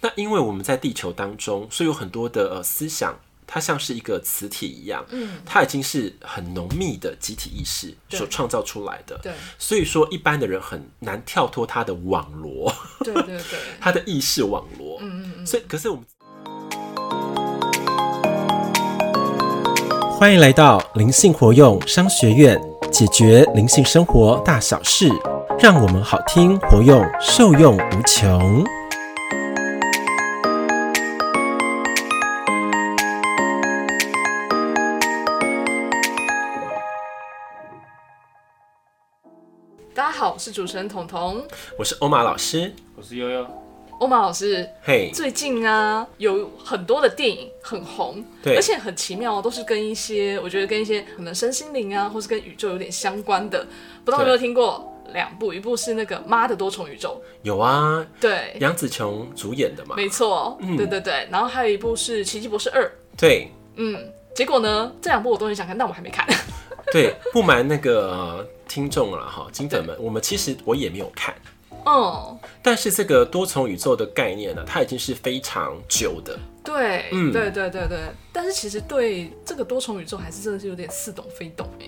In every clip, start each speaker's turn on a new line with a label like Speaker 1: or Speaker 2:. Speaker 1: 那因为我们在地球当中，所以有很多的呃思想，它像是一个磁体一样，
Speaker 2: 嗯，
Speaker 1: 它已经是很浓密的集体意识
Speaker 2: 对
Speaker 1: 所创造出来的。
Speaker 2: 对
Speaker 1: 所以说，一般的人很难跳脱他的网罗，
Speaker 2: 对对对，
Speaker 1: 他的意识网罗。嗯嗯嗯。所以，可是我们欢迎来到灵性活用商学院，解决灵性生活大小事，让我们好听活用，受用无穷。
Speaker 2: 大家好，我是主持人彤彤，
Speaker 1: 我是欧玛老师，
Speaker 3: 我是悠悠，
Speaker 2: 欧玛老师。
Speaker 1: 嘿、
Speaker 2: 最近啊，有很多的电影很红，
Speaker 1: 对
Speaker 2: 而且很奇妙哦，都是跟一些我觉得跟一些可能身心灵啊，或是跟宇宙有点相关的。不知道有没有听过两部，一部是那个《妈的多重宇宙
Speaker 1: 有嗯啊，》，
Speaker 2: 对，
Speaker 1: 杨紫琼主演的嘛，
Speaker 2: 没错，对对对。然后还有一部是《奇迹博士二》，
Speaker 1: 对
Speaker 2: 嗯，结果呢，这两部我都很想看，但我还没看。
Speaker 1: 对，不瞒那个、呃听众了哈，金粉们，我们其实我也没有看，
Speaker 2: 嗯，
Speaker 1: 但是这个多重宇宙的概念呢，它已经是非常久的，
Speaker 2: 对，
Speaker 1: 嗯
Speaker 2: 对对对对。但是其实对这个多重宇宙还是真的是有点似懂非懂哎、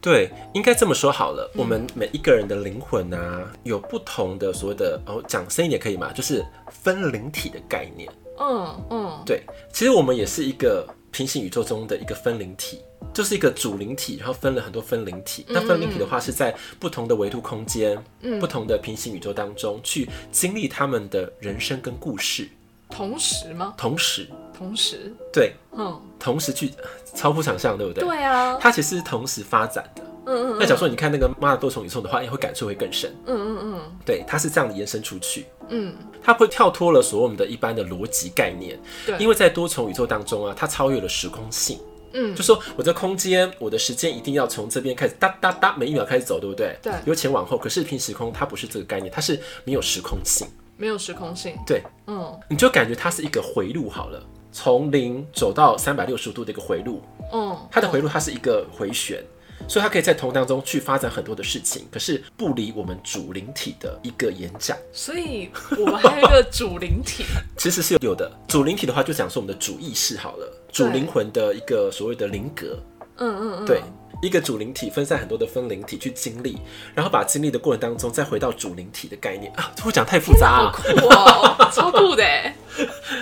Speaker 1: 对，应该这么说好了。我们每一个人的灵魂啊，有不同的所谓的哦，讲深一点可以吗？就是分灵体的概念。
Speaker 2: 嗯嗯，
Speaker 1: 对，其实我们也是一个平行宇宙中的一个分灵体，就是一个主灵体，然后分了很多分灵
Speaker 2: 嗯
Speaker 1: 体。那分灵体的话是在不同的维度空间、不同的平行宇宙当中去经历他们的人生跟故事，
Speaker 2: 同时吗？
Speaker 1: 同时
Speaker 2: 同时，
Speaker 1: 对，
Speaker 2: 嗯，
Speaker 1: 同时去超乎想象，对不对？
Speaker 2: 对啊，
Speaker 1: 它其实是同时发展的。
Speaker 2: 嗯嗯
Speaker 1: 那假如说你看那个《妈的多重宇宙》的话，也会感触会更深。
Speaker 2: 嗯嗯
Speaker 1: 对，它是这样的延伸出去，
Speaker 2: 嗯嗯，
Speaker 1: 它会跳脱了所谓我们的一般的逻辑概念，
Speaker 2: 对，
Speaker 1: 因
Speaker 2: 为
Speaker 1: 为在多重宇宙当中啊，它超越了时空性，
Speaker 2: 嗯
Speaker 1: 就说我的空间、我的时间一定要从这边开始，哒哒哒，每一秒开始走，对不对？
Speaker 2: 对
Speaker 1: 由前往后。可是平时空它不是这个概念，它是没有时空性，
Speaker 2: 没有时空性，
Speaker 1: 对，
Speaker 2: 嗯
Speaker 1: 你就感觉它是一个回路好了，从零走到三百六十度的一个回路，
Speaker 2: 嗯，
Speaker 1: 它的回路它是一个回旋。所以它可以在同当中去发展很多的事情，可是不离我们主灵体的一个延展。
Speaker 2: 所以我们还有一个主灵体，
Speaker 1: 其实是有的。主灵体的话，就讲说我们的主意识好了，主灵魂的一个所谓的灵格，
Speaker 2: 嗯嗯嗯，
Speaker 1: 对，一个主灵体分散很多的分灵体去经历，然后把经历的过程当中再回到主灵体的概念啊，我讲太复杂
Speaker 2: 好
Speaker 1: 啊，
Speaker 2: 酷哦，超酷的欸，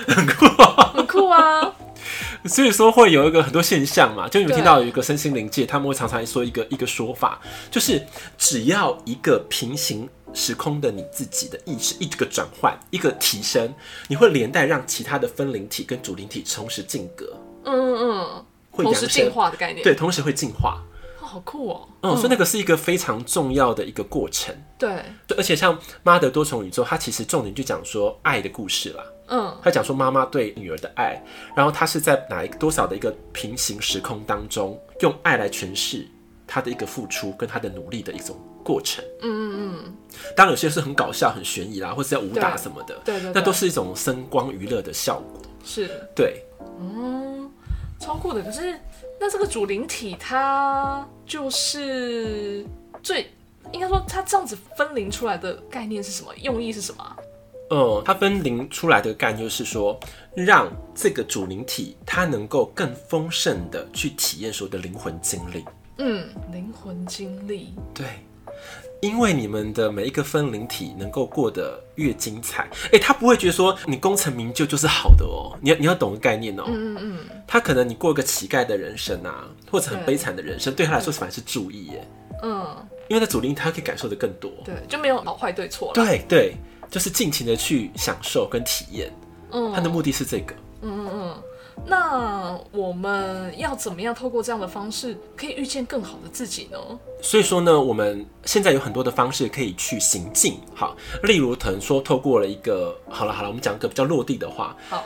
Speaker 1: 很酷啊。
Speaker 2: 很酷啊，
Speaker 1: 所以说会有一个很多现象嘛，就你们
Speaker 2: 对
Speaker 1: 听到有一个身心灵界，他们会常常说一个一个说法，就是只要一个平行。时空的你自己的意识一个转换，一个提升，你会连带让其他的分灵体跟主灵体同时进格，
Speaker 2: 嗯嗯嗯，
Speaker 1: 会
Speaker 2: 同
Speaker 1: 扬
Speaker 2: 时
Speaker 1: 升
Speaker 2: 进化的概念，
Speaker 1: 对，，同时会进化。
Speaker 2: 哦，好酷哦，
Speaker 1: 嗯，所以那个是一个非常重要的一个过程。
Speaker 2: 对，
Speaker 1: 对而且像《妈的多重宇宙》，它其实重点就讲说爱的故事啦。
Speaker 2: 嗯
Speaker 1: 它讲说妈妈对女儿的爱，然后它是在哪一多少的一个平行时空当中，用爱来诠释她的一个付出跟她的努力的一种过程。
Speaker 2: 嗯嗯
Speaker 1: 当然，有些是很搞笑、很悬疑啦，或是在武打
Speaker 2: 对
Speaker 1: 什么的，
Speaker 2: 对对对
Speaker 1: 那都是一种声光娱乐的效果。
Speaker 2: 嗯，是，
Speaker 1: 对，
Speaker 2: 嗯，超酷的，可是那这个主灵体它就是最。应该说，它这样子分离出来的概念是什么？用意是什么啊？
Speaker 1: 嗯，它分灵出来的概念就是说，让这个主灵体它能够更丰盛的去体验所有的灵魂经历。
Speaker 2: 嗯，灵魂经历，
Speaker 1: 对，因为你们的每一个分灵体能够过得越精彩，哎、他不会觉得说你功成名就就是好的哦，你要你要懂个概念哦。
Speaker 2: 嗯嗯嗯，
Speaker 1: 他可能你过一个乞丐的人生啊，或者很
Speaker 2: 对
Speaker 1: 悲惨的人生，对他来说反而是注意耶，
Speaker 2: 嗯，
Speaker 1: 因为在主灵他可以感受的更多。
Speaker 2: 对，就没有好坏对错了。
Speaker 1: 对对，就是尽情的去享受跟体验，
Speaker 2: 嗯，
Speaker 1: 他的目的是这个。
Speaker 2: 嗯嗯嗯。那我们要怎么样透过这样的方式，可以遇见更好的自己呢？
Speaker 1: 所以说呢，我们现在有很多的方式可以去行进，好，例如可能说透过了一个，好了好了，我们讲一个比较落地的话，
Speaker 2: 好，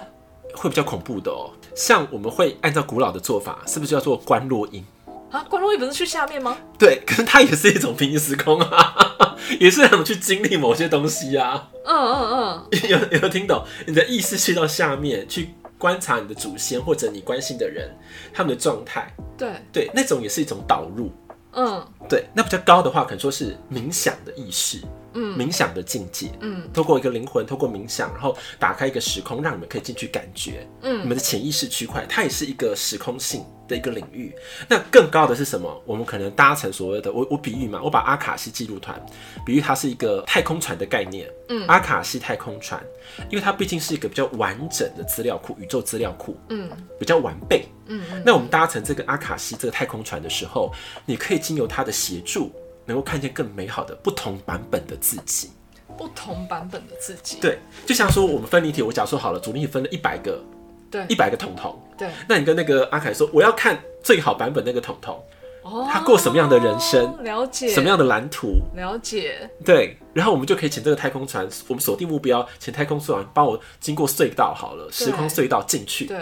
Speaker 1: 会比较恐怖的哦。像我们会按照古老的做法，是不是叫做观落阴？
Speaker 2: 啊，关洛伊不是去下面吗？
Speaker 1: 对，可是它也是一种平行时空啊， 也是让我们去经历某些东西啊。
Speaker 2: 嗯嗯嗯，
Speaker 1: 有有听懂？你的意识去到下面去观察你的祖先或者你关心的人他们的状态，
Speaker 2: 对，
Speaker 1: 对，那种也是一种导入。
Speaker 2: 嗯
Speaker 1: 对，那比较高的话，可能说是冥想的意识，嗯，冥想的境界，嗯，透过一个灵魂，透过冥想，然后打开一个时空，让你们可以进去感觉，嗯，你们的潜意识区块，它也是一个时空性的一个领域。那更高的是什么？我们可能搭乘所谓的，我我比喻嘛，我把阿卡西记录团比喻它是一个太空船的概念，嗯，阿卡西太空船，因为它毕竟是一个比较完整的资料库，宇宙资料库，嗯，比较完备，嗯，那我们搭乘这个阿卡西这个太空船的时候，你可以经由它的协助。能够看见更美好的不同版本的自己。
Speaker 2: 不同版本的自己，
Speaker 1: 对，就像说我们分离体，我假说好了，主力分了一百个，
Speaker 2: 对
Speaker 1: 一百个桶桶。
Speaker 2: 对，
Speaker 1: 那你跟那个阿凯说，我要看最好版本那个桶桶，
Speaker 2: 哦
Speaker 1: 他过什么样的人生
Speaker 2: 了解
Speaker 1: 什么样的蓝图？
Speaker 2: 了解，
Speaker 1: 对，然后我们就可以请这个太空船，我们锁定目标，请太空船帮我经过隧道好了，时空隧道进去。
Speaker 2: 对，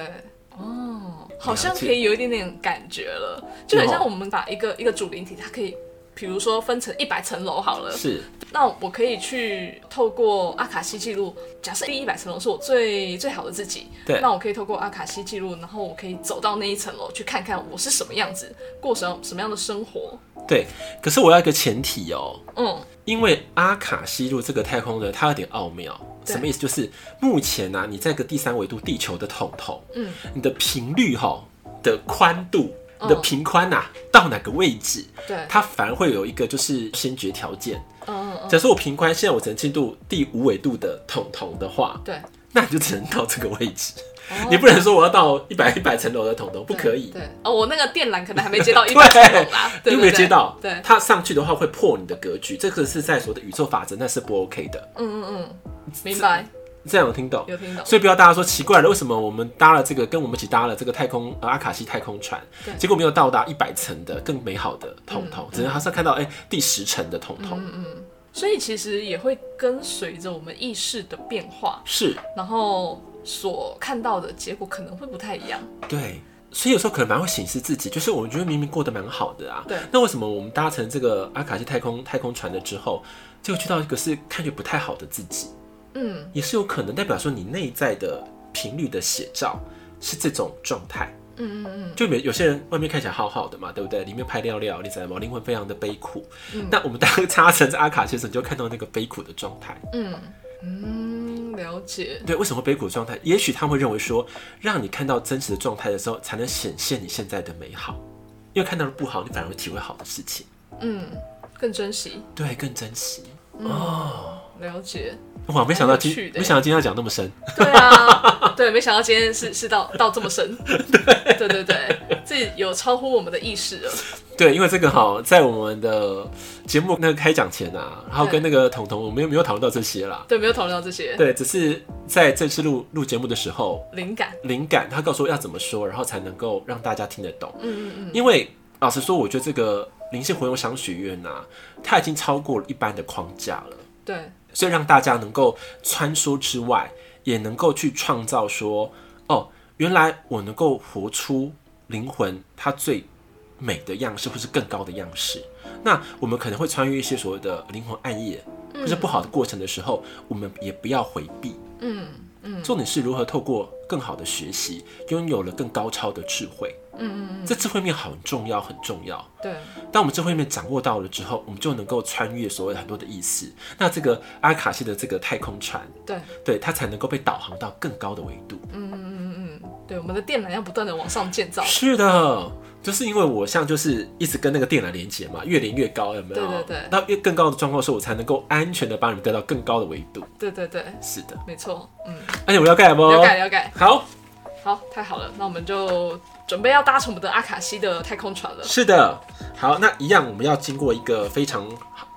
Speaker 2: 哦，好像
Speaker 1: 了
Speaker 2: 可
Speaker 1: 解
Speaker 2: 以有一点点感觉了，就很
Speaker 1: 有
Speaker 2: 像我们把一个一个主灵体，它可以，比如说分成一百层楼好了，
Speaker 1: 是，
Speaker 2: 那我可以去透过阿卡西记录，假设第一百层楼是我最最好的自己，
Speaker 1: 对
Speaker 2: 那我可以透过阿卡西记录，然后我可以走到那一层楼去看看我是什么样子，过什么什么样的生活，
Speaker 1: 对。可是我要一个前提哦、
Speaker 2: 嗯，
Speaker 1: 因为阿卡西路这个太空人，它有点奥妙，
Speaker 2: 对
Speaker 1: 什么意思？就是目前呢、啊，你在一个第三维度地球的统统，
Speaker 2: 嗯，
Speaker 1: 你的频率哈的宽度，你
Speaker 2: 嗯
Speaker 1: 的频宽呐到哪个位置，
Speaker 2: 对，
Speaker 1: 它反而会有一个就是先决条件。
Speaker 2: 嗯嗯嗯，
Speaker 1: 假设我频宽现在我只能进入第五维度的统统的话，
Speaker 2: 对，
Speaker 1: 那你就只能到这个位置，
Speaker 2: 哦
Speaker 1: 你不能说我要到一百一百层楼的统统，不
Speaker 2: 对
Speaker 1: 可以
Speaker 2: 对。，哦，我那个电缆可能还没接到一百层楼啦，
Speaker 1: 对，你有
Speaker 2: 对对
Speaker 1: 没有
Speaker 2: 对
Speaker 1: 接到？
Speaker 2: 对，
Speaker 1: 它上去的话会破你的格局，这个是在所谓的宇宙法则，那是不 OK 的。
Speaker 2: 嗯嗯嗯，明白，
Speaker 1: 这样有听懂？
Speaker 2: 有听懂，
Speaker 1: 所以不要大家说奇怪了，为什么我们搭了这个跟我们一起搭了这个太空呃阿卡西太空船
Speaker 2: 对，嗯
Speaker 1: 结果没有到达一百层的更美好的统统，只能还是看到哎、第十层的统统、
Speaker 2: 所以其实也会跟随着我们意识的变化，
Speaker 1: 是
Speaker 2: 然后所看到的结果可能会不太一样。
Speaker 1: 对。所以有时候可能蛮会显示自己，就是我觉得明明过得蛮好的啊，
Speaker 2: 对
Speaker 1: 那为什么我们搭乘这个阿卡西太空太空船了之后，结果去到一个是看起来不太好的自己，
Speaker 2: 嗯
Speaker 1: 也是有可能代表说你内在的频率的写照是这种状态。
Speaker 2: 嗯嗯嗯，
Speaker 1: 就有有些人外面看起来好好的嘛，对不对？里面拍尿尿，你知道吗？灵魂非常的悲苦。
Speaker 2: 嗯
Speaker 1: 那我们当插成这阿卡先生，你就看到那个悲苦的状态。
Speaker 2: 嗯，了解。
Speaker 1: 对，为什么会悲苦的状态？也许他们会认为说，让你看到真实的状态的时候，才能显现你现在的美好。因为看到了不好，你反而会体会好的事情，
Speaker 2: 嗯，更珍惜，
Speaker 1: 对，更珍惜。
Speaker 2: 了解。
Speaker 1: 哇，没想到今
Speaker 2: 蛮有趣的
Speaker 1: 没想到今天要讲那么深，
Speaker 2: 对啊，对，没想到今天是是到到这么深。 对对对，这有超乎我们的意识了。
Speaker 1: 对，因为这个哈，在我们的节目那个开讲前啊，然后
Speaker 2: 对
Speaker 1: 跟那个彤彤，我们又没有讨论到这些啦，
Speaker 2: 对，没有讨论到这些
Speaker 1: 对，只是在正式录录节目的时候，
Speaker 2: 灵感。
Speaker 1: 灵感，他告诉我要怎么说，然后才能够让大家听得懂。嗯嗯嗯。因为老实说，我觉得这个灵性活用商学院呐、啊它已经超过了一般的框架了，
Speaker 2: 对，
Speaker 1: 所以让大家能够穿梭之外，也能够去创造说，哦，原来我能够活出灵魂它最美的样式，或是更高的样式。那我们可能会穿越一些所谓的灵魂暗夜，或是不好的过程的时候，我们也不要回避。
Speaker 2: 嗯
Speaker 1: 重点是如何透过更好的学习，拥有了更高超的智慧。
Speaker 2: 嗯嗯，
Speaker 1: 这智慧面很重要，很重要。
Speaker 2: 对，
Speaker 1: 当我们智慧面掌握到了之后，我们就能够穿越所谓很多的意识。那这个阿卡西的这个太空船，
Speaker 2: 对，
Speaker 1: 对它才能够被导航到更高的维度。
Speaker 2: 对，我们的电缆要不断的往上建造。
Speaker 1: 是的，就是因为我像就是一直跟那个电缆连接嘛，越连越高，有没有？
Speaker 2: 对对对
Speaker 1: 到越更高的状况的时候，我才能够安全的把你们带到更高的维度。哎
Speaker 2: 对对对，
Speaker 1: 是的，
Speaker 2: 没错。嗯，
Speaker 1: 而且我要盖不？
Speaker 2: 了解了解。
Speaker 1: 好，
Speaker 2: 好，太好了，那我们就准备要搭乘我们的阿卡西的太空船了。
Speaker 1: 是的，好，那一样我们要经过一个非常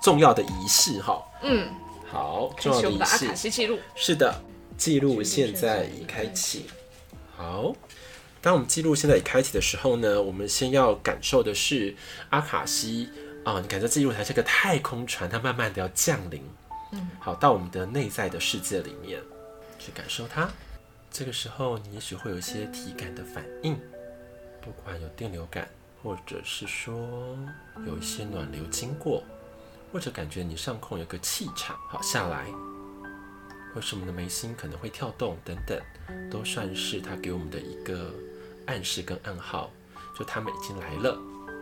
Speaker 1: 重要的仪式哈。
Speaker 2: 嗯，
Speaker 1: 好，重要
Speaker 2: 开启
Speaker 1: 的
Speaker 2: 我们
Speaker 1: 仪
Speaker 2: 的阿
Speaker 1: 式
Speaker 2: 卡西记录。
Speaker 1: 是的，记录现在已开启。好，当我们记录现在已开启的时候呢，我们先要感受的是阿卡西啊、你感受记录台这个太空船，它慢慢的要降临，嗯，好，到我们的内在的世界里面去感受它。这个时候，你也许会有一些体感的反应，不管有电流感，或者是说有一些暖流经过，或者感觉你上空有个气场好下来，或是我们的眉心可能会跳动等等，都算是他给我们的一个暗示跟暗号，就他们已经来了。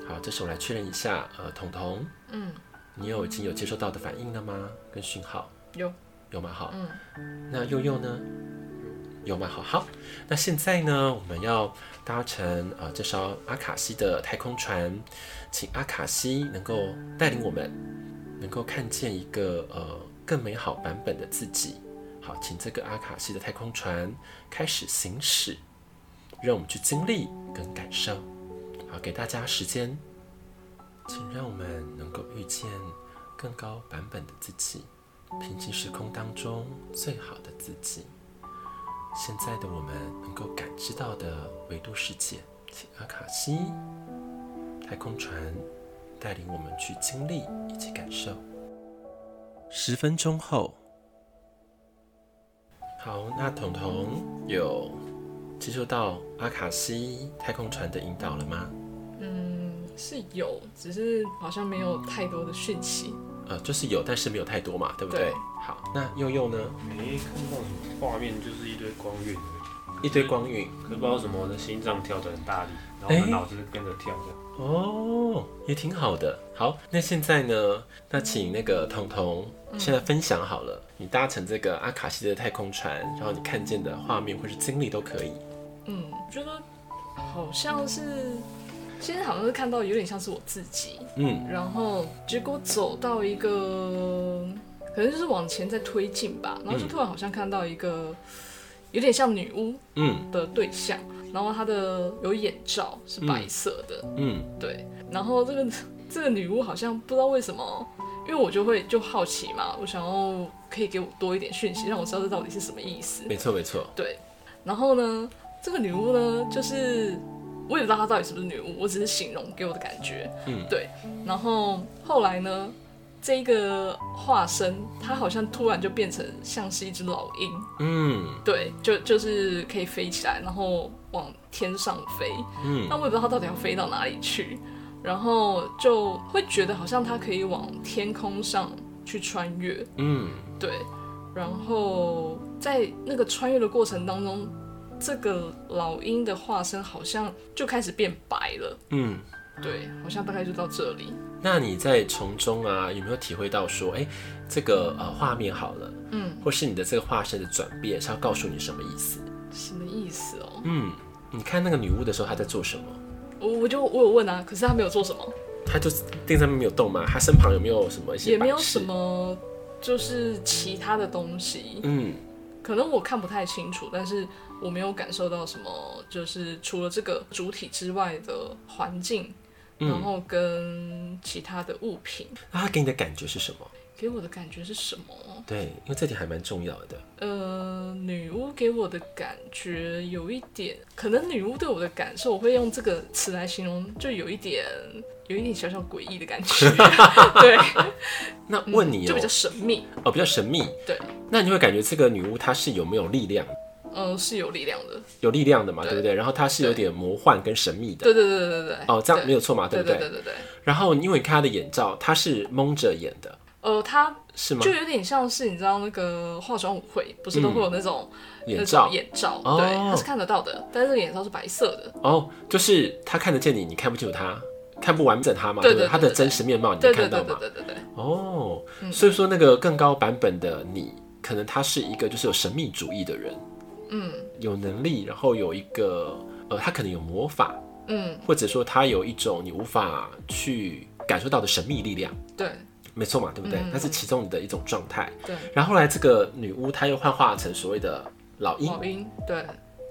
Speaker 1: 好，这时候来确认一下，呃，彤彤，嗯，你有已经有接收到的反应了吗？跟讯号
Speaker 2: 有，
Speaker 1: 有吗？好，那佑佑呢？有吗？好好，那现在呢，我们要搭乘呃这艘阿卡西的太空船，请阿卡西能够带领我们，能够看见一个呃更美好版本的自己。好，请这个阿卡西的太空船开始行驶，让我们去经历跟感受。好，给大家时间，请让我们能够遇见更高版本的自己，平行时空当中最好的自己。现在的我们能够感知到的维度世界，请阿卡西太空船带领我们去经历以及感受。十分钟后，好，那彤彤有接收到阿卡西太空船的引导了吗？
Speaker 2: 嗯是有，只是好像没有太多的讯息。
Speaker 1: 呃，就是有，但是没有太多嘛，对不对？
Speaker 2: 对
Speaker 1: 好，那佑佑呢？
Speaker 3: 没看到什么画面，就是一堆光晕而
Speaker 1: 一堆光晕
Speaker 3: 已，可是不知道为什么我的心脏跳得很大力，然后
Speaker 1: 哎
Speaker 3: 我的脑子就跟着跳的。
Speaker 1: 哦，也挺好的。好，那现在呢？那请那个彤彤现在分享好了，你搭乘这个阿卡西的太空船，然后你看见的画面或是经历都可以。
Speaker 2: 嗯，我觉得好像是，现在好像是看到有点像是我自己，
Speaker 1: 嗯，
Speaker 2: 然后结果走到一个，可能就是往前在推进吧，然后就突然好像看到一个有点像女巫
Speaker 1: 嗯
Speaker 2: 的对象，然后她的有眼罩是白色的，
Speaker 1: 嗯
Speaker 2: 对，然后这个这个女巫好像不知道为什么，因为我就会就好奇嘛，我想要可以给我多一点讯息，让我知道这到底是什么意思，
Speaker 1: 没错没错。
Speaker 2: 对，然后呢，这个女巫呢，就是我也不知道她到底是不是女巫，我只是形容给我的感觉。
Speaker 1: 嗯
Speaker 2: 对。然后后来呢，这个化身它好像突然就变成像是一只老鹰，
Speaker 1: 嗯
Speaker 2: 对，就就是可以飞起来，然后往天上飞。那
Speaker 1: 嗯
Speaker 2: 我也不知道它到底要飞到哪里去，然后就会觉得好像它可以往天空上去穿越。
Speaker 1: 嗯，
Speaker 2: 对，然后在那个穿越的过程当中，这个老鹰的化身好像就开始变白了，
Speaker 1: 嗯。
Speaker 2: 对，好像大概就到这里。
Speaker 1: 那你在从中啊，有没有体会到说，哎、这个呃画面好了，
Speaker 2: 嗯，
Speaker 1: 或是你的这个化身的转变是要告诉你什么意思？
Speaker 2: 什么意思哦？
Speaker 1: 嗯，你看那个女巫的时候，她在做什么？
Speaker 2: 我我就我有问啊，可是他没有做什么，
Speaker 1: 她就是定在那边没有动吗？她身旁有没有什么一些
Speaker 2: 也没有
Speaker 1: 摆饰
Speaker 2: 什么就是其他的东西，
Speaker 1: 嗯
Speaker 2: 可能我看不太清楚，但是我没有感受到什么，就是除了这个主体之外的环境，然
Speaker 1: 嗯，
Speaker 2: 后跟其他的物品，
Speaker 1: 那他给你的感觉是什么？
Speaker 2: 给我的感觉是什么？
Speaker 1: 对，因为这点还蛮重要的。
Speaker 2: 呃，女巫给我的感觉有一点，可能女巫对我的感受，我会用这个词来形容，就有一点，有一点小小诡异的感觉， 对，
Speaker 1: 那
Speaker 2: 嗯
Speaker 1: 问你
Speaker 2: 就
Speaker 1: 哦
Speaker 2: 比较，神秘，
Speaker 1: 哦，比较神秘。
Speaker 2: 对，
Speaker 1: 那你会感觉这个女巫她是有没有力量？
Speaker 2: 嗯、是有力量的，
Speaker 1: 有力量的嘛，
Speaker 2: 对
Speaker 1: 对不对？然后她是有点魔幻跟神秘的。
Speaker 2: 对对对对对对，
Speaker 1: 哦，这样
Speaker 2: 对
Speaker 1: 没有错嘛，对
Speaker 2: 对
Speaker 1: 不
Speaker 2: 对
Speaker 1: 对？
Speaker 2: 对对对，
Speaker 1: 然后因为你看她的眼罩，她是蒙着眼的，
Speaker 2: 呃，它
Speaker 1: 是吗
Speaker 2: 就？有点像是你知道那个化妆舞会，不是都会有那种、
Speaker 1: 嗯眼
Speaker 2: 那种
Speaker 1: 罩。
Speaker 2: 眼罩，
Speaker 1: 哦
Speaker 2: 对，它是看得到的，但是这个眼罩是白色的，
Speaker 1: 哦，就是她看得见你，你看不清楚她，看不完整她嘛，
Speaker 2: 对
Speaker 1: 不
Speaker 2: 对
Speaker 1: 对？
Speaker 2: 对
Speaker 1: 她的
Speaker 2: 对
Speaker 1: 真实面貌你
Speaker 2: 对对
Speaker 1: 看
Speaker 2: 对
Speaker 1: 到
Speaker 2: 对嗯
Speaker 1: 嘛？
Speaker 2: 对对对，
Speaker 1: 哦，所以说那个更高版本的你，可能他是一个就是有神秘主义的人，嗯，有能力，然后有一个呃，他可能有魔法，
Speaker 2: 嗯，
Speaker 1: 或者说他有一种你无法去感受到的神秘力量，
Speaker 2: 对
Speaker 1: 没错嘛，对不对？
Speaker 2: 嗯
Speaker 1: 它是其中的一种状态。
Speaker 2: 对，
Speaker 1: 然后后来这个女巫她又幻化成所谓的老鹰，
Speaker 2: 老鹰，对。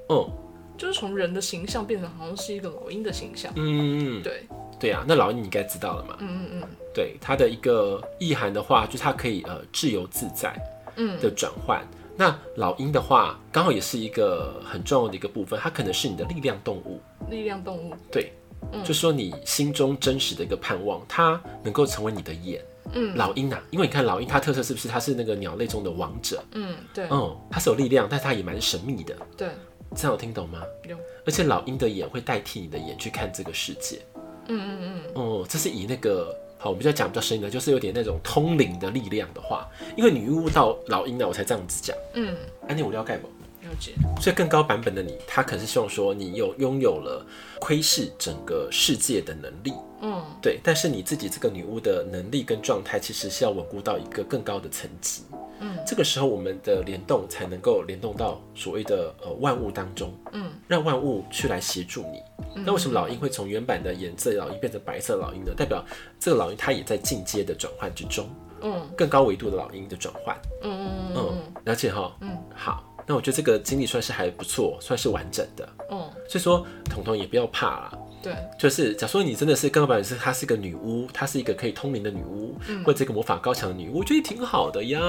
Speaker 1: 嗯
Speaker 2: 就是从人的形象变成好像是一个老鹰的形象。
Speaker 1: 嗯，
Speaker 2: 对，
Speaker 1: 对啊，那老鹰你应该知道了嘛，
Speaker 2: 嗯嗯嗯，
Speaker 1: 对它的一个意涵的话，就是它可以呃自由自在，
Speaker 2: 嗯
Speaker 1: 的转换。那老鹰的话，刚好也是一个很重要的一个部分，它可能是你的力量动物，
Speaker 2: 力量动物。
Speaker 1: 对，
Speaker 2: 嗯
Speaker 1: 就说你心中真实的一个盼望，它能够成为你的眼。
Speaker 2: 嗯，
Speaker 1: 老鹰啊，因为你看老鹰，它特色是不是它是那个鸟类中的王者？
Speaker 2: 嗯，对
Speaker 1: 嗯，它是有力量，但它也蛮神秘的，
Speaker 2: 对，
Speaker 1: 这样有听懂吗？
Speaker 2: 有。
Speaker 1: 而且老鹰的眼会代替你的眼去看这个世界。嗯嗯嗯。哦，这是以那个好，我们就要讲比较深一点，就是有点那种通灵的力量的话，因为女巫到老鹰呢，我才这样子讲。啊
Speaker 2: 嗯，
Speaker 1: 安妮，我了解不？
Speaker 2: 了了解。
Speaker 1: 所以更高版本的你，他可是希望说你有拥有了窥视整个世界的能力，
Speaker 2: 嗯，
Speaker 1: 对。但是你自己这个女巫的能力跟状态，其实是要稳固到一个更高的层级。
Speaker 2: 嗯，
Speaker 1: 这个时候我们的联动才能够联动到所谓的呃万物当中，
Speaker 2: 嗯，
Speaker 1: 让万物去来协助你。那为什么老鹰会从原版的颜色老鹰变成白色老鹰呢？代表这个老鹰它也在进阶的转换之中，
Speaker 2: 嗯，
Speaker 1: 更高维度的老鹰的转换。
Speaker 2: 嗯嗯嗯
Speaker 1: 嗯，了解哈。
Speaker 2: 嗯，
Speaker 1: 好，那我觉得这个经历算是还不错，算是完整的。
Speaker 2: 嗯，
Speaker 1: 所以说，彤彤也不要怕啦。
Speaker 2: 对，
Speaker 1: 就是假如说你真的是更高版本是她是一个女巫，她是一个可以通灵的女巫，或者一个魔法高强的女巫，我觉得挺好的呀。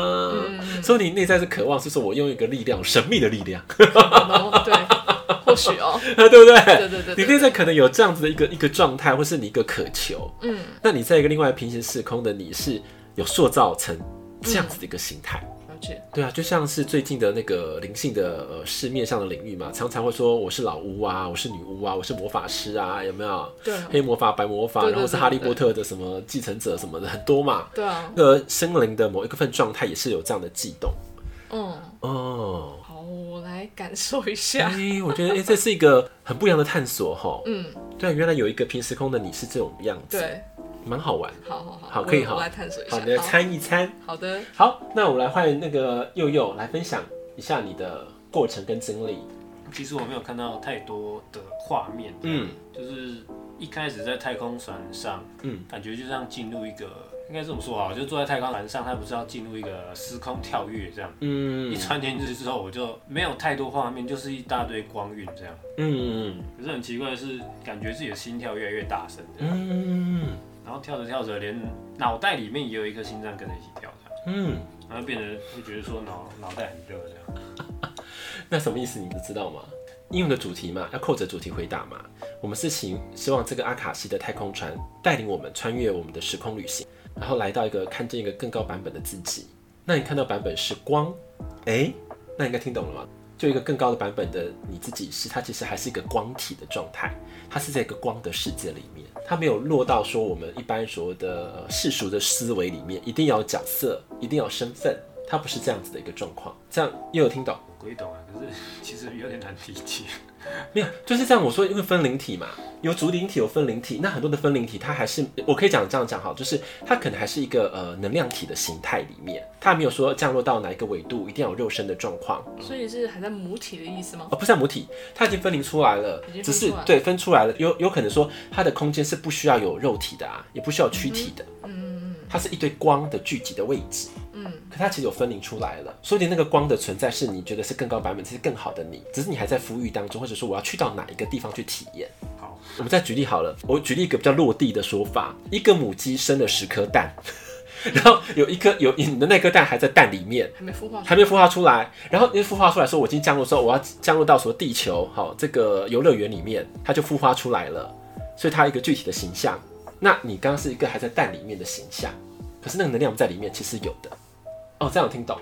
Speaker 1: 所以你内在是渴望，就是我拥有一个力量，神秘的力量，
Speaker 2: 哦对，或许哦，
Speaker 1: 对不对？
Speaker 2: 对对对对
Speaker 1: 你内在可能有这样子的一个一个状态，或是你一个渴求。
Speaker 2: 嗯，
Speaker 1: 那你在一个另外平行时空的你是有塑造成这样子的一个形态。
Speaker 2: 了解，
Speaker 1: 对啊，就像是最近的那个灵性的呃市面上的领域嘛，常常会说我是老巫啊，我是女巫啊，我是魔法师啊，有没有？
Speaker 2: 对啊
Speaker 1: 黑魔法、白魔法，
Speaker 2: 对对
Speaker 1: 然后是
Speaker 2: 对
Speaker 1: 哈利
Speaker 2: 对
Speaker 1: 波特的什么继承者什么的，很多嘛。
Speaker 2: 对啊，
Speaker 1: 那个生灵的某一个份状态也是有这样的悸动
Speaker 2: 嗯，
Speaker 1: 哦。
Speaker 2: 好，我来感受一下
Speaker 1: 哎、，我觉得哎、这是一个很不一样的探索哈。
Speaker 2: 啊嗯，
Speaker 1: 对啊，原来有一个平时空的你是这种样子，
Speaker 2: 对，
Speaker 1: 蛮好玩。
Speaker 2: 好好好，
Speaker 1: 好
Speaker 2: 我
Speaker 1: 可以好
Speaker 2: 我来探索一下，
Speaker 1: 好，你来参一参。
Speaker 2: 好的，
Speaker 1: 好，那我们来换那个佑佑来分享一下你的过程跟经历。
Speaker 3: 其实我没有看到太多的画面，
Speaker 1: 嗯，
Speaker 3: 就是一开始在太空船上，
Speaker 1: 嗯，
Speaker 3: 感觉就像进入一个，应该这么说好了，就坐在太空船上，它不是要进入一个时空跳跃这样。
Speaker 1: 嗯
Speaker 3: 一穿进去之后，我就没有太多画面，就是一大堆光晕这样。
Speaker 1: 嗯
Speaker 3: 可是很奇怪的是，感觉自己的心跳越来越大声这样，
Speaker 1: 嗯
Speaker 3: 然后跳着跳着，连脑袋里面也有一颗心脏跟着一起跳这样，
Speaker 1: 嗯，
Speaker 3: 然后变得会觉得说脑脑袋很热这样。
Speaker 1: 那什么意思？你们知道吗？因为的主题嘛，要扣着主题回答嘛。我们是希希望这个阿卡西的太空船带领我们穿越我们的时空旅行，然后来到一个看见一个更高版本的自己。那你看到版本是光，哎、那应该听懂了吗？就一个更高的版本的你自己是，它其实还是一个光体的状态，它是在一个光的世界里面，它没有落到说我们一般所谓的呃世俗的思维里面，一定要有角色，一定要有身份，它不是这样子的一个状况。这样又有听懂？
Speaker 3: 鬼懂啊，可是其实有点难理解。
Speaker 1: 没有，就是这样。我说，因为分灵体嘛，有主灵体，有分灵体。那很多的分灵体，它还是我可以讲这样讲好，就是它可能还是一个呃能量体的形态里面，它没有说降落到哪一个维度，一定要有肉身的状况。
Speaker 2: 所以是还在母体的意思吗？
Speaker 1: 哦，不是母体，它已经分离出来了
Speaker 2: 已经，分
Speaker 1: 只是
Speaker 2: 出来了
Speaker 1: 对分出来了，有有可能说它的空间是不需要有肉体的啊，也不需要躯体的，嗯，它是一堆光的聚集的位置，嗯，可它其实有分离出来了，所以那个光的存在是你觉得是更高版本，是更好的你，只是你还在孵育当中，或者说我要去到哪一个地方去体验。
Speaker 3: 好，
Speaker 1: 我们再举例好了，我举例一个比较落地的说法，一个母鸡生了十颗蛋， 然后有一颗有你的那颗蛋还在蛋里面。
Speaker 2: 还没孵化出
Speaker 1: 还没孵化出来，然后因为孵化出来说我已经降落之后，我要降落到所谓地球，好这个游乐园里面，它就孵化出来了，所以它有一个具体的形象。那你刚刚是一个还在蛋里面的形象，可是那个能量在里面其实有的。哦，这样有听懂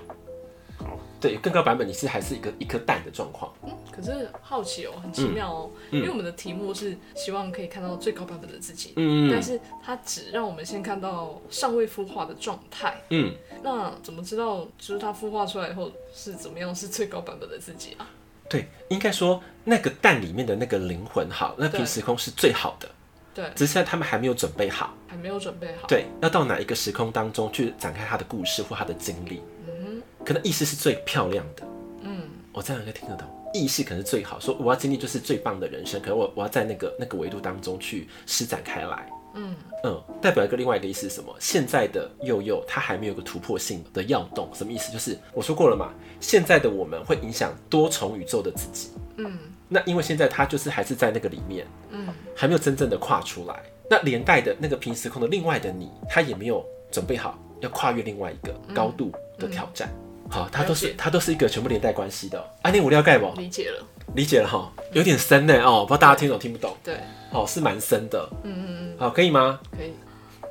Speaker 3: 好？
Speaker 1: 对，更高版本你是还是一个一颗蛋的状况。
Speaker 2: 可是好奇哦，很奇妙哦，
Speaker 1: 嗯
Speaker 2: 因为我们的题目是希望可以看到最高版本的自己，但
Speaker 1: 嗯
Speaker 2: 是它只让我们先看到尚未孵化的状态。
Speaker 1: 嗯，
Speaker 2: 那怎么知道就是它孵化出来以后是怎么样是最高版本的自己啊？
Speaker 1: 对，应该说那个蛋里面的那个灵魂好，那
Speaker 2: 对
Speaker 1: 平时空是最好的，
Speaker 2: 对，
Speaker 1: 只是现在他们还没有准备好。
Speaker 2: 还没有准备好。
Speaker 1: 对，要到哪一个时空当中去展开他的故事或他的经历，可能意识是最漂亮的。
Speaker 2: 嗯，
Speaker 1: 我这样应该听得懂。意识可能是最好，说我要经历就是最棒的人生，可能我我要在那个那个维度当中去施展开来。
Speaker 2: 嗯
Speaker 1: 嗯，代表一个另外一个意思是什么？现在的幼幼他还没有一个突破性的要动，什么意思？就是我说过了嘛，现在的我们会影响多重宇宙的自己。
Speaker 2: 嗯
Speaker 1: 那因为现在他就是还是在那个里面，
Speaker 2: 嗯，
Speaker 1: 还没有真正的跨出来。那连带的那个平时空的另外的你，他也没有准备好要跨越另外一个高度的挑战。好，它都
Speaker 2: 嗯了
Speaker 1: 是
Speaker 2: 解嗯
Speaker 1: 它都是一个全部连带关系的哦、啊，那我了解不？
Speaker 2: 理解了。
Speaker 1: 理解了哈，有点深呢哦，不知道大家听懂听不懂？
Speaker 2: 对，
Speaker 1: 哦，是蛮深的。
Speaker 2: 嗯嗯
Speaker 1: 好，可以吗？
Speaker 2: 嗯，可以。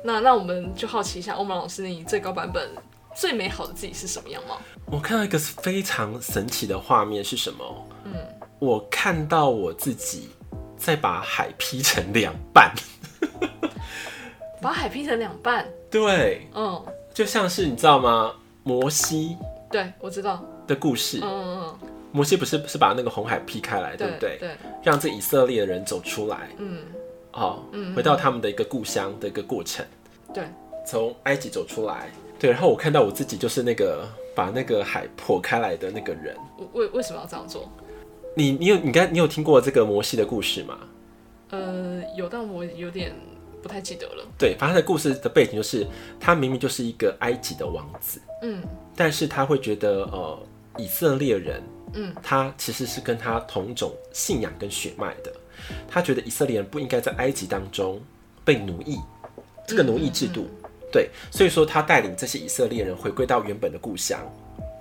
Speaker 2: 那那我们就好奇一下，欧盟老师，你最高版本最美好的自己是什么样吗？
Speaker 1: 我看到一个非常神奇的画面是什么？
Speaker 2: 嗯，
Speaker 1: 我看到我自己在把海劈成两 半。
Speaker 2: 把海劈成两半。
Speaker 1: 对，
Speaker 2: 嗯，
Speaker 1: 就像是你知道吗？摩西
Speaker 2: 对，我知道。
Speaker 1: 的故事，
Speaker 2: 嗯嗯嗯，
Speaker 1: 摩西不是是把那个红海劈开来，对不对？
Speaker 2: 对对，
Speaker 1: 让这以色列人走出来，
Speaker 2: 嗯，
Speaker 1: 哦，回到他们的一个故乡的一个过程，
Speaker 2: 对，
Speaker 1: 从埃及走出来。对，然后我看到我自己就是那个把那个海破开来的那个人。
Speaker 2: 我为为什么要这样做？
Speaker 1: 你你有你刚你有听过这个摩西的故事吗？
Speaker 2: 呃，有，但我有点不太记得了。
Speaker 1: 对，反正他的故事的背景就是他明明就是一个埃及的王子，
Speaker 2: 嗯
Speaker 1: 但是他会觉得呃以色列人，
Speaker 2: 嗯，
Speaker 1: 他其实是跟他同种信仰跟血脉的，他觉得以色列人不应该在埃及当中被奴役，这个奴役制度，对，所以说他带领这些以色列人回归到原本的故乡，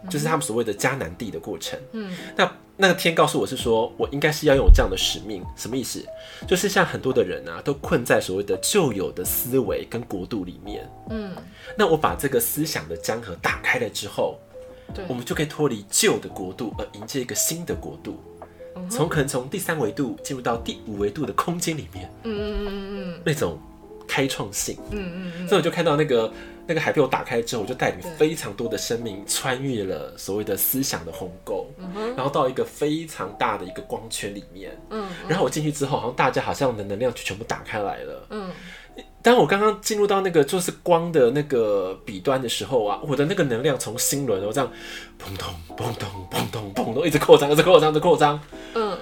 Speaker 1: 就是他们所谓的迦南地的过程。
Speaker 2: 嗯，
Speaker 1: 那那个天告诉我是说，我应该是要有这样的使命，什么意思？就是像很多的人啊，都困在所谓的旧有的思维跟国度里面。
Speaker 2: 嗯，
Speaker 1: 那我把这个思想的江河打开了之后，
Speaker 2: 对
Speaker 1: 我，们就可以脱离旧的国度，而迎接一个新的国度
Speaker 2: 嗯哼。
Speaker 1: 从可能从第三维度进入到第五维度的空间里面，
Speaker 2: 嗯嗯嗯嗯
Speaker 1: 那种开创性。
Speaker 2: 嗯嗯嗯
Speaker 1: 所以我就看到那个那个海被我打开之后，我就带领非常多的生命穿越了所谓的思想的鸿沟，
Speaker 2: 嗯哼
Speaker 1: 然后到一个非常大的一个光圈里面。
Speaker 2: 嗯
Speaker 1: 然后我进去之后，好像大家好像我的能量就全部打开来了。
Speaker 2: 嗯
Speaker 1: 当我刚刚进入到那个就是光的那个彼端的时候啊，我的那个能量从心轮哦这样砰咚砰咚砰咚砰咚一直扩张，一直扩张，一直扩张。
Speaker 2: 嗯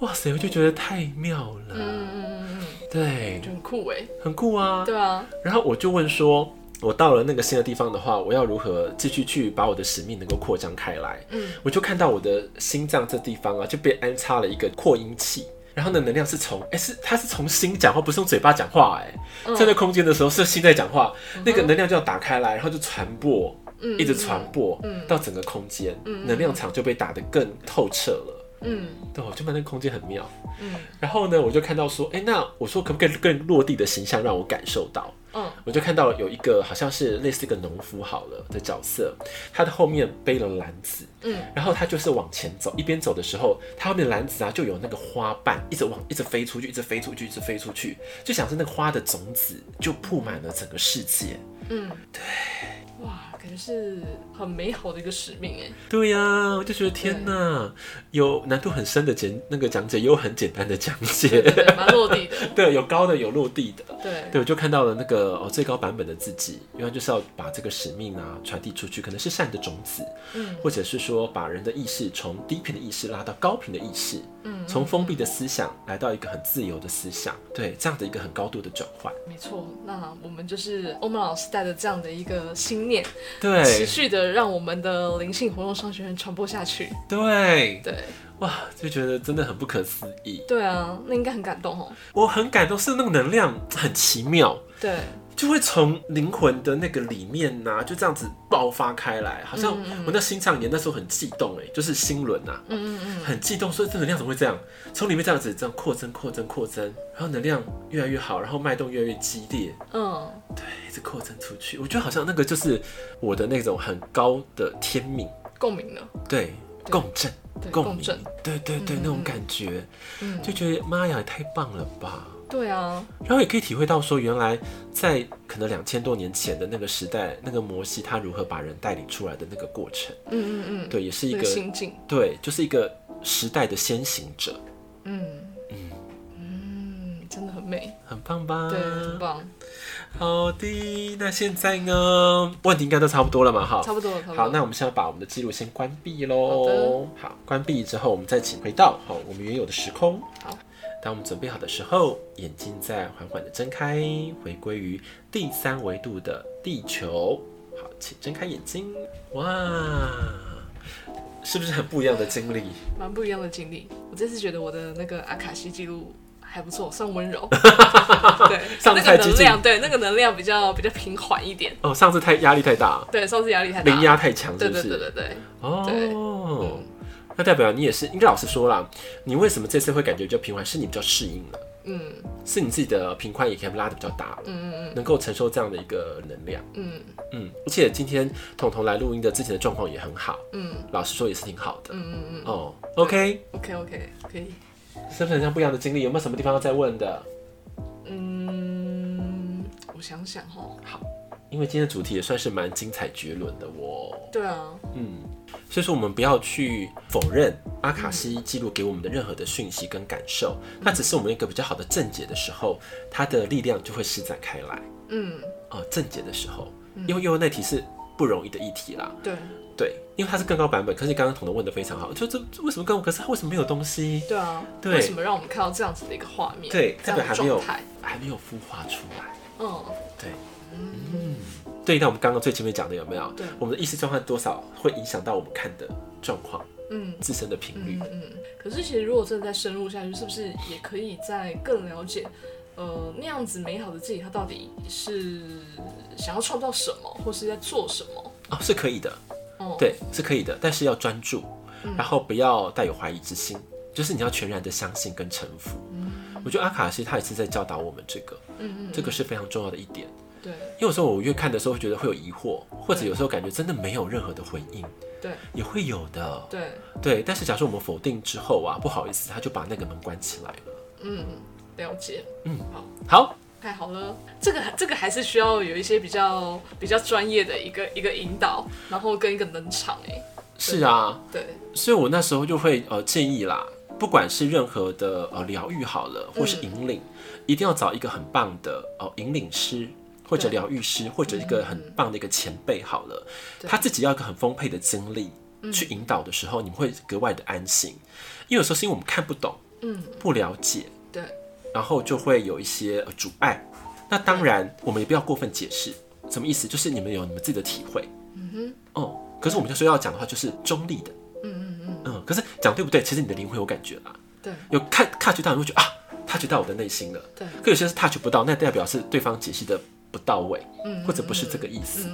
Speaker 1: 哇塞，我就觉得太妙了，
Speaker 2: 嗯嗯，
Speaker 1: 对，
Speaker 2: 就很酷哎。
Speaker 1: 很酷啊。
Speaker 2: 对啊，
Speaker 1: 然后我就问说，我到了那个新的地方的话，我要如何继续去把我的使命能够扩张开来？
Speaker 2: 嗯，
Speaker 1: 我就看到我的心脏这地方啊，就被安插了一个扩音器。然后呢，能量是从哎、是它是从心讲话，不是用嘴巴讲话哎、
Speaker 2: 嗯
Speaker 1: 在那空间的时候是心在讲话，那个能量就要打开来，然后就传播，
Speaker 2: 嗯
Speaker 1: 一直传播
Speaker 2: 嗯
Speaker 1: 到整个空间，
Speaker 2: 嗯嗯
Speaker 1: 能量场就被打得更透彻了。
Speaker 2: 嗯
Speaker 1: 对，我就发现那个空间很妙。
Speaker 2: 嗯
Speaker 1: 然后呢，我就看到说，哎、那我说可不可以更落地的形象让我感受到？
Speaker 2: 嗯
Speaker 1: 我就看到有一个好像是类似一个农夫好了的角色，他的后面背了篮子，
Speaker 2: 嗯
Speaker 1: 然后他就是往前走，一边走的时候，他后面篮子啊就有那个花瓣一直往一直飞出去，一直飞出去，一直飞出去，就想是那个花的种子就铺满了整个世界。
Speaker 2: 嗯，对，哇，感觉是很美好的一个使命 哎。
Speaker 1: 对呀、我就觉得天哪，有难度很深的简那个讲解，也有很简单的讲
Speaker 2: 对 对
Speaker 1: 解，
Speaker 2: 对，蛮落地的。
Speaker 1: 对，有高的，有落地的。
Speaker 2: 对，
Speaker 1: 对，我就看到了那个哦最高版本的自己，原来就是要把这个使命啊传递出去，可能是善的种子，
Speaker 2: 嗯
Speaker 1: 或者是说把人的意识从低频的意识拉到高频的意识，
Speaker 2: 嗯，
Speaker 1: 从封闭的思想来到一个很自由的思想，对，这样的一个很高度的转换，
Speaker 2: 没错。那我们就是欧曼老师带着这样的一个心念，持
Speaker 1: 对
Speaker 2: 续的让我们的灵性活动商学院传播下去。
Speaker 1: 对，
Speaker 2: 对
Speaker 1: 哇，就觉得真的很不可思议，
Speaker 2: 对啊，那应该很感动哦。
Speaker 1: 我很感动，是那个能量很奇妙。
Speaker 2: 对，
Speaker 1: 就会从灵魂的那个里面呐、就这样子爆发开来，好
Speaker 2: 嗯
Speaker 1: 像我那心脏炎那时候很悸动哎、就是心轮呐、
Speaker 2: 嗯嗯嗯，
Speaker 1: 很激动，说这能量怎么会这样？从里面这样子这样扩增、扩增、扩增，然后能量越来越好，然后脉动越来越激烈，
Speaker 2: 嗯，
Speaker 1: 一直扩增出去。我觉得好像那个就是我的那种很高的天命，
Speaker 2: 共鸣了，
Speaker 1: 对，
Speaker 2: 对
Speaker 1: 共振、
Speaker 2: 对，
Speaker 1: 共
Speaker 2: 共
Speaker 1: 鸣
Speaker 2: 振，，
Speaker 1: 对对对，
Speaker 2: 嗯嗯
Speaker 1: 那种感觉，
Speaker 2: 嗯，
Speaker 1: 就觉得妈呀，也太棒了吧！
Speaker 2: 对啊，
Speaker 1: 然后也可以体会到说，原来在可能两千多年前的那个时代，那个摩西他如何把人带领出来的那个过程，
Speaker 2: 嗯嗯嗯，
Speaker 1: 对，也是一
Speaker 2: 那
Speaker 1: 个
Speaker 2: 个心境，
Speaker 1: 对，就是一个时代的先行者，
Speaker 2: 嗯嗯，真的很美，
Speaker 1: 很棒吧？
Speaker 2: 对，很棒，
Speaker 1: 好的，那现在呢？问题应该都差不多了嘛，哈。
Speaker 2: 差不多了，差不多
Speaker 1: 好，
Speaker 2: 了。
Speaker 1: 那我们现在把我们的记录先关闭
Speaker 2: 好
Speaker 1: 喽
Speaker 2: 的。
Speaker 1: 好，关闭之后，我们再请回到好我们原有的时空。
Speaker 2: 好，
Speaker 1: 当我们准备好的时候，眼睛再缓缓的睁开，回归于第三维度的地球。好，请睁开眼睛。哇，是不是很不一样的经历？
Speaker 2: 蛮不一样的经历。我这次觉得我的那个阿卡西记录还不错，算 温柔，对，
Speaker 1: 上次
Speaker 2: 那
Speaker 1: 太
Speaker 2: 个
Speaker 1: 激
Speaker 2: 能
Speaker 1: 进
Speaker 2: 量，对，那个能量比较比较平缓一点。
Speaker 1: 哦，上次太压力太大，
Speaker 2: 对，上次压力太大
Speaker 1: 零
Speaker 2: 了，
Speaker 1: 压太强，是
Speaker 2: 对
Speaker 1: 不是？
Speaker 2: 对对对对，对
Speaker 1: 哦，那代表你也是，应该老实说啦，你为什么这次会感觉比较平缓？是你比较适应了，
Speaker 2: 嗯
Speaker 1: 是你自己的频宽也可以拉的比较大了，
Speaker 2: 嗯嗯
Speaker 1: 能够承受这样的一个能量。
Speaker 2: 嗯
Speaker 1: 嗯，而且今天彤彤来录音的之前的状况也很好，
Speaker 2: 嗯
Speaker 1: 老实说也是挺好的。
Speaker 2: 嗯嗯
Speaker 1: 哦，OK，
Speaker 2: ，OK OK，可以，
Speaker 1: 是不是很像不一样的经历？有没有什么地方要再问的？
Speaker 2: 嗯，我想想哈，
Speaker 1: 因为今天的主题也算是蛮精彩绝伦的哦。
Speaker 2: 对啊，
Speaker 1: 嗯，所以说，我们不要去否认阿卡西记录给我们的任何的讯息跟感受，它只是我们一个比较好的正解的时候，它的力量就会施展开来。
Speaker 2: 嗯，
Speaker 1: 呃，正解的时候，因为因为那题是不容易的一题啦，
Speaker 2: 对
Speaker 1: 对，因为它是更高版本。可是你刚刚彤彤问的非常好，就这这为什么更高？可是它为什么没有东西？
Speaker 2: 对啊，
Speaker 1: 对
Speaker 2: 为什么让我们看到这样子的一个画面？
Speaker 1: 对，
Speaker 2: 这
Speaker 1: 代表
Speaker 2: 样的
Speaker 1: 还没有
Speaker 2: 状态，
Speaker 1: 还没有孵化出来。
Speaker 2: 嗯，
Speaker 1: 对，嗯，对应到我们刚刚最前面讲的有没有？
Speaker 2: 对
Speaker 1: 我们的意识状态多少会影响到我们看的状况，
Speaker 2: 嗯，
Speaker 1: 自身的频率。
Speaker 2: 可是其实如果真的再深入下去，是不是也可以再更了解，呃，那样子美好的自己，他到底是想要创造什么，或是在做什么？
Speaker 1: 哦，是可以的，
Speaker 2: 哦嗯
Speaker 1: 对，是可以的，但是要专注，然后不要带有怀疑之心，就是你要全然的相信跟臣服。我觉得阿卡西他也是在教导我们这个，
Speaker 2: 嗯
Speaker 1: 这个是非常重要的一点。
Speaker 2: 对
Speaker 1: 因为有时候我越看的时候，会觉得会有疑惑，或者有时候感觉真的没有任何的回应，
Speaker 2: 对
Speaker 1: 也会有的。
Speaker 2: 对，
Speaker 1: 对，但是假设我们否定之后啊，不好意思，他就把那个门关起来了。
Speaker 2: 嗯，了解，
Speaker 1: 好，
Speaker 2: 太好了。这个这个还是需要有一些比较比较专业的一个一个引导，然后跟一个冷场哎、
Speaker 1: 是啊，
Speaker 2: 对，
Speaker 1: 所以我那时候就会呃建议啦，不管是任何的呃疗愈好了，或是引领，
Speaker 2: 嗯
Speaker 1: 一定要找一个很棒的呃引领师。或者
Speaker 2: 对
Speaker 1: 疗愈师，或者一个很棒的一个前辈，好了，
Speaker 2: 对嗯
Speaker 1: 他自己要有一个很丰沛的经历去引导的时候，你们会格外的安心。因为有时候是因为我们看不懂，
Speaker 2: 嗯，
Speaker 1: 不了解，
Speaker 2: 对，
Speaker 1: 然后就会有一些呃阻碍。那当然，我们也不要过分解释，什么意思？就是你们有你们自己的体会。嗯哼。哦，可是我们就说要讲的话，就是中立的。嗯嗯嗯。嗯，可是讲对不对？其实你的灵魂有感觉啦，
Speaker 2: 对
Speaker 1: 有看 touch 到，你会觉得啊，touch 到我的内心了。
Speaker 2: 对
Speaker 1: 可有些是 touch 不到，那代表是对方解析的不到位，嗯，或者不是这个意思，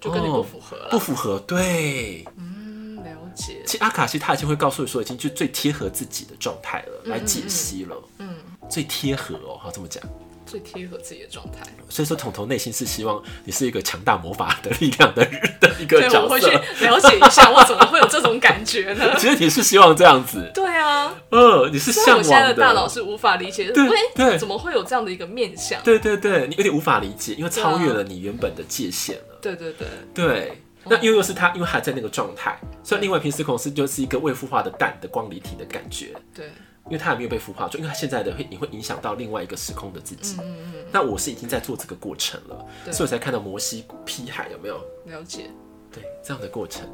Speaker 2: 就跟你不
Speaker 1: 哦
Speaker 2: 符合了。
Speaker 1: 不符合。对，
Speaker 2: 嗯，了解。
Speaker 1: 其实阿卡西他已经会告诉你说，已经就最贴合自己的状态了，
Speaker 2: 嗯
Speaker 1: 来解析了。嗯，最贴合哦，好这么讲。
Speaker 2: 最贴合自己的状态。
Speaker 1: 所以说，彤彤内心是希望你是一个强大魔法的力量的人的一个
Speaker 2: 对，
Speaker 1: 角
Speaker 2: 我会去
Speaker 1: 色。
Speaker 2: 了解一下，我怎么会有这种感觉 呢？
Speaker 1: 其实你是希望这样子，
Speaker 2: 对啊，
Speaker 1: 呃，你是
Speaker 2: 虽然
Speaker 1: 向
Speaker 2: 我现在
Speaker 1: 往
Speaker 2: 的大脑是无法理解，
Speaker 1: 对对
Speaker 2: 哎，怎么会有这样的一个面相？
Speaker 1: 对对对，你有点无法理解，因为超越了你原本的界限了。
Speaker 2: 对对对，
Speaker 1: 对，那因为又是他，因为还在那个状态，所以另外一瓶思孔是就是一个未孵化的蛋的光离体的感觉，
Speaker 2: 对
Speaker 1: 因为它还没有被孵化，就因为它现在的会你会影响到另外一个时空的自己。那我是已经在做这个过程了，
Speaker 2: 嗯对
Speaker 1: 所以我才看到摩西劈海有没有？
Speaker 2: 了解。
Speaker 1: 对，这样的过程。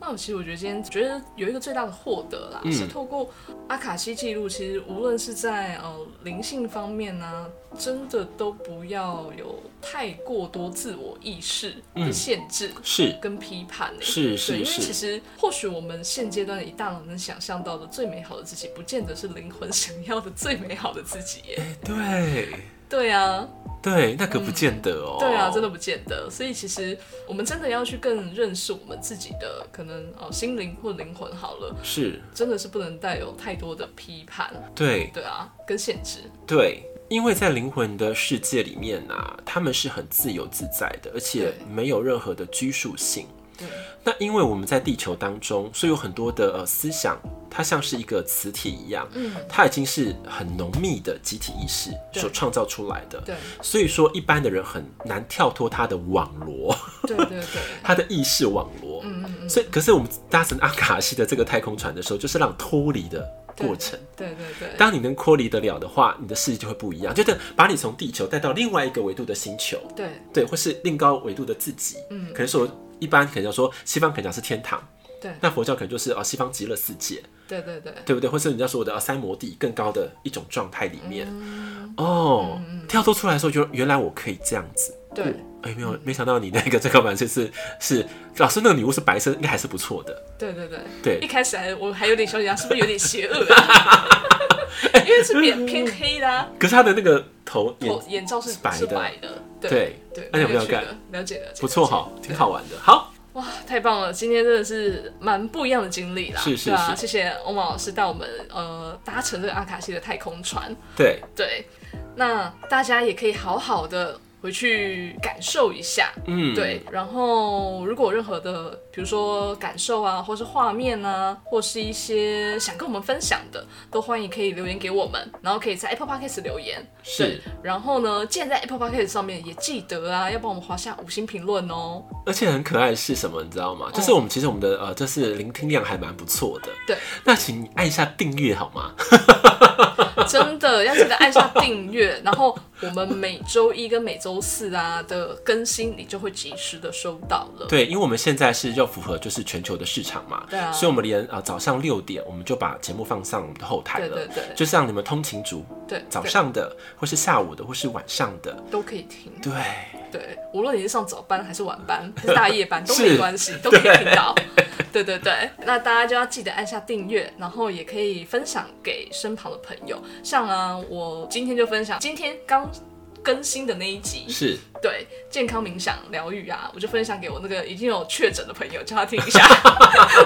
Speaker 2: 那我其实我觉得今天觉得有一个最大的获得啦，
Speaker 1: 嗯
Speaker 2: 是透过阿卡西记录，其实无论是在呃灵性方面呢、真的都不要有太过多自我意识的
Speaker 1: 嗯
Speaker 2: 限制。
Speaker 1: 是
Speaker 2: 跟批判、欸，
Speaker 1: 是是
Speaker 2: 对因为
Speaker 1: 是
Speaker 2: 其实或许我们现阶段以大脑能想象到的最美好的自己，不见得是灵魂 想要的最美好的自己耶。
Speaker 1: 哎对
Speaker 2: 对啊，
Speaker 1: 对，那可不见得哦、
Speaker 2: 嗯对啊，真的。不见得。所以其实我们真的要去更认识我们自己的可能哦心灵或灵魂好了，
Speaker 1: 是，
Speaker 2: 真的是不能带有太多的批判，
Speaker 1: 对
Speaker 2: 对啊，跟限制，
Speaker 1: 对，因为在灵魂的世界里面啊，他们是很自由自在的，而且
Speaker 2: 对
Speaker 1: 没有任何的拘束性。
Speaker 2: 对
Speaker 1: 那因为我们在地球当中，所以有很多的呃思想，它像是一个磁体一样，嗯，它已经是很浓密的集体意识
Speaker 2: 对
Speaker 1: 所创造出来的，
Speaker 2: 对
Speaker 1: 所以说一般的人很难跳脱它的网 罗，
Speaker 2: 对对对，
Speaker 1: 它的意识网罗，嗯嗯所以可是我们搭乘阿卡西的这个太空船的时候，就是让脱离的 过程。
Speaker 2: 对对对，
Speaker 1: 当你能脱离得了的话，你的世界就会不一样，就是把你从地球带到另外一个维度的星球，
Speaker 2: 对
Speaker 1: 对，或是另高维度的自己，嗯，可能说一般可能要说西方可能讲是天堂，
Speaker 2: 对
Speaker 1: 那佛教可能就是啊西方极乐世界，
Speaker 2: 对对对，
Speaker 1: 对不对？或是人家说的啊三摩地更高的一种状态里面，
Speaker 2: 嗯
Speaker 1: 哦，跳脱出来的时候，就原来我可以这样子。
Speaker 2: 对
Speaker 1: 哦哎，没有，没想到你那个最高版是是是，老师那个女巫是白色，应该还是不错的。
Speaker 2: 对对对，
Speaker 1: 对
Speaker 2: 一开始还我还有点小想，是不是有点邪恶啊？ 因为是偏偏黑的、啊，
Speaker 1: 可是她的那个头也
Speaker 2: 头眼罩是
Speaker 1: 是白的
Speaker 2: 是白的，对
Speaker 1: 对哎
Speaker 2: 对，
Speaker 1: 那有没有
Speaker 2: 蛮趣的
Speaker 1: 干？
Speaker 2: 了解了解，
Speaker 1: 不错
Speaker 2: 了解
Speaker 1: 哈，挺好玩的。好，
Speaker 2: 哇，太棒了！今天真的是蛮不一样的经历啦，
Speaker 1: 是是
Speaker 2: 对啊，
Speaker 1: 是
Speaker 2: 谢谢欧马老师带我们呃搭乘这个阿卡西的太空船，
Speaker 1: 对，
Speaker 2: 对，那大家也可以好好的回去感受一下。
Speaker 1: 嗯，
Speaker 2: 对，，然后如果有任何的，比如说感受啊，或是画面啊，或是一些想跟我们分享的，都欢迎可以留言给我们，然后可以在 Apple Podcast 留言。
Speaker 1: 是
Speaker 2: 对。，然后呢，既然在 Apple Podcast 上面，也记得啊，要帮我们划下五星评论哦。
Speaker 1: 而且很可爱的是什么，你知道吗？就是我们其实我们的呃，就是聆听量还蛮不错的。
Speaker 2: 对，
Speaker 1: 那请按一下订阅好吗？
Speaker 2: 真的要记得按下订阅，然后我们每周一跟每周四啊的更新，你就会及时的收到了。
Speaker 1: 对，因为我们现在是要符合就是全球的市场嘛，
Speaker 2: 对啊
Speaker 1: 所以我们连呃早上六点我们就把节目放上我们的后台了，
Speaker 2: 对对对
Speaker 1: 就是让你们通勤族
Speaker 2: 对，
Speaker 1: 早
Speaker 2: 对
Speaker 1: 上的或是下午的或是晚上的，
Speaker 2: 都可以听。
Speaker 1: 对，
Speaker 2: 对，无论你是上早班还是晚 班，还是大夜班都
Speaker 1: 是
Speaker 2: 没关系，都可以听到。对对对，那大家就要记得按下订阅，然后也可以分享给身旁的朋友。像啊，我今天就分享今天刚更新的那一集，
Speaker 1: 是
Speaker 2: 对健康冥想疗愈啊，我就分享给我那个已经有确诊的朋友，叫他听一 下，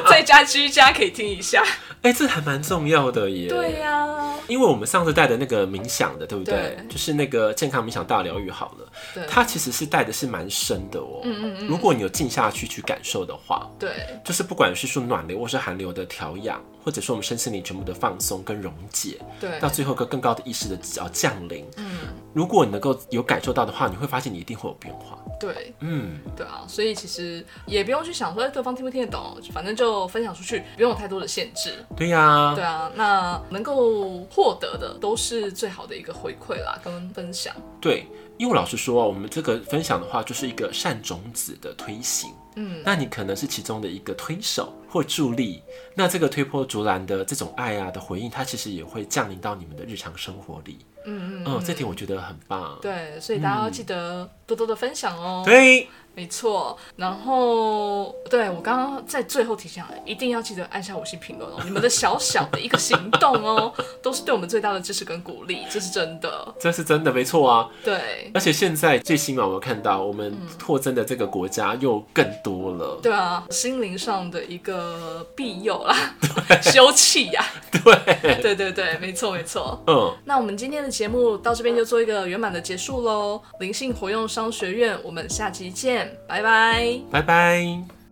Speaker 2: 在家居家可以听一下。
Speaker 1: 哎、这还蛮重要的耶。
Speaker 2: 对啊呀、
Speaker 1: 因为我们上次带的那个冥想的，对不对？
Speaker 2: 对
Speaker 1: 就是那个健康冥想大疗愈好了，
Speaker 2: 对
Speaker 1: 它其实是带的是蛮深的哦。嗯嗯嗯。如果你有静下去去感受的话，
Speaker 2: 对
Speaker 1: 就是不管是说暖流或是寒流的调养，或者说我们身心灵全部的放松跟溶解，
Speaker 2: 对
Speaker 1: 到最后一个更高的意识的呃降临。嗯。如果你能够有感受到的话，你会发现你一定会有变化。
Speaker 2: 对，
Speaker 1: 嗯，
Speaker 2: 对啊，所以其实也不用去想说哎对方听不听得懂，反正就分享出去，不用有太多的限制。
Speaker 1: 对呀、
Speaker 2: 对啊，那能够获得的都是最好的一个回馈啦，跟分享。
Speaker 1: 对，因为我老实说啊，我们这个分享的话，就是一个善种子的推行。嗯，那你可能是其中的一个推手或助力，那这个推波助澜的这种爱啊的回应，它其实也会降临到你们的日常生活里。嗯嗯嗯，这点我觉得很棒。
Speaker 2: 对，所以大家要记得多多的分享哦。
Speaker 1: 对，
Speaker 2: 没错。然后，对我刚刚在最后提醒啊，一定要记得按下五星评论哦。你们的小小的一个行动哦，都是对我们最大的支持跟鼓励，这是真的。
Speaker 1: 这是真的，没错啊。
Speaker 2: 对，
Speaker 1: 而且现在最新嘛，我看到我们拓增的这个国家又更多了。
Speaker 2: 对啊，心灵上的一个庇佑啦，休憩呀、对， 对对对，没错没错。
Speaker 1: 嗯，
Speaker 2: 那我们今天的节目到这边就做一个圆满的结束喽。灵性活用商学院，我们下期见，拜拜。
Speaker 1: 拜拜。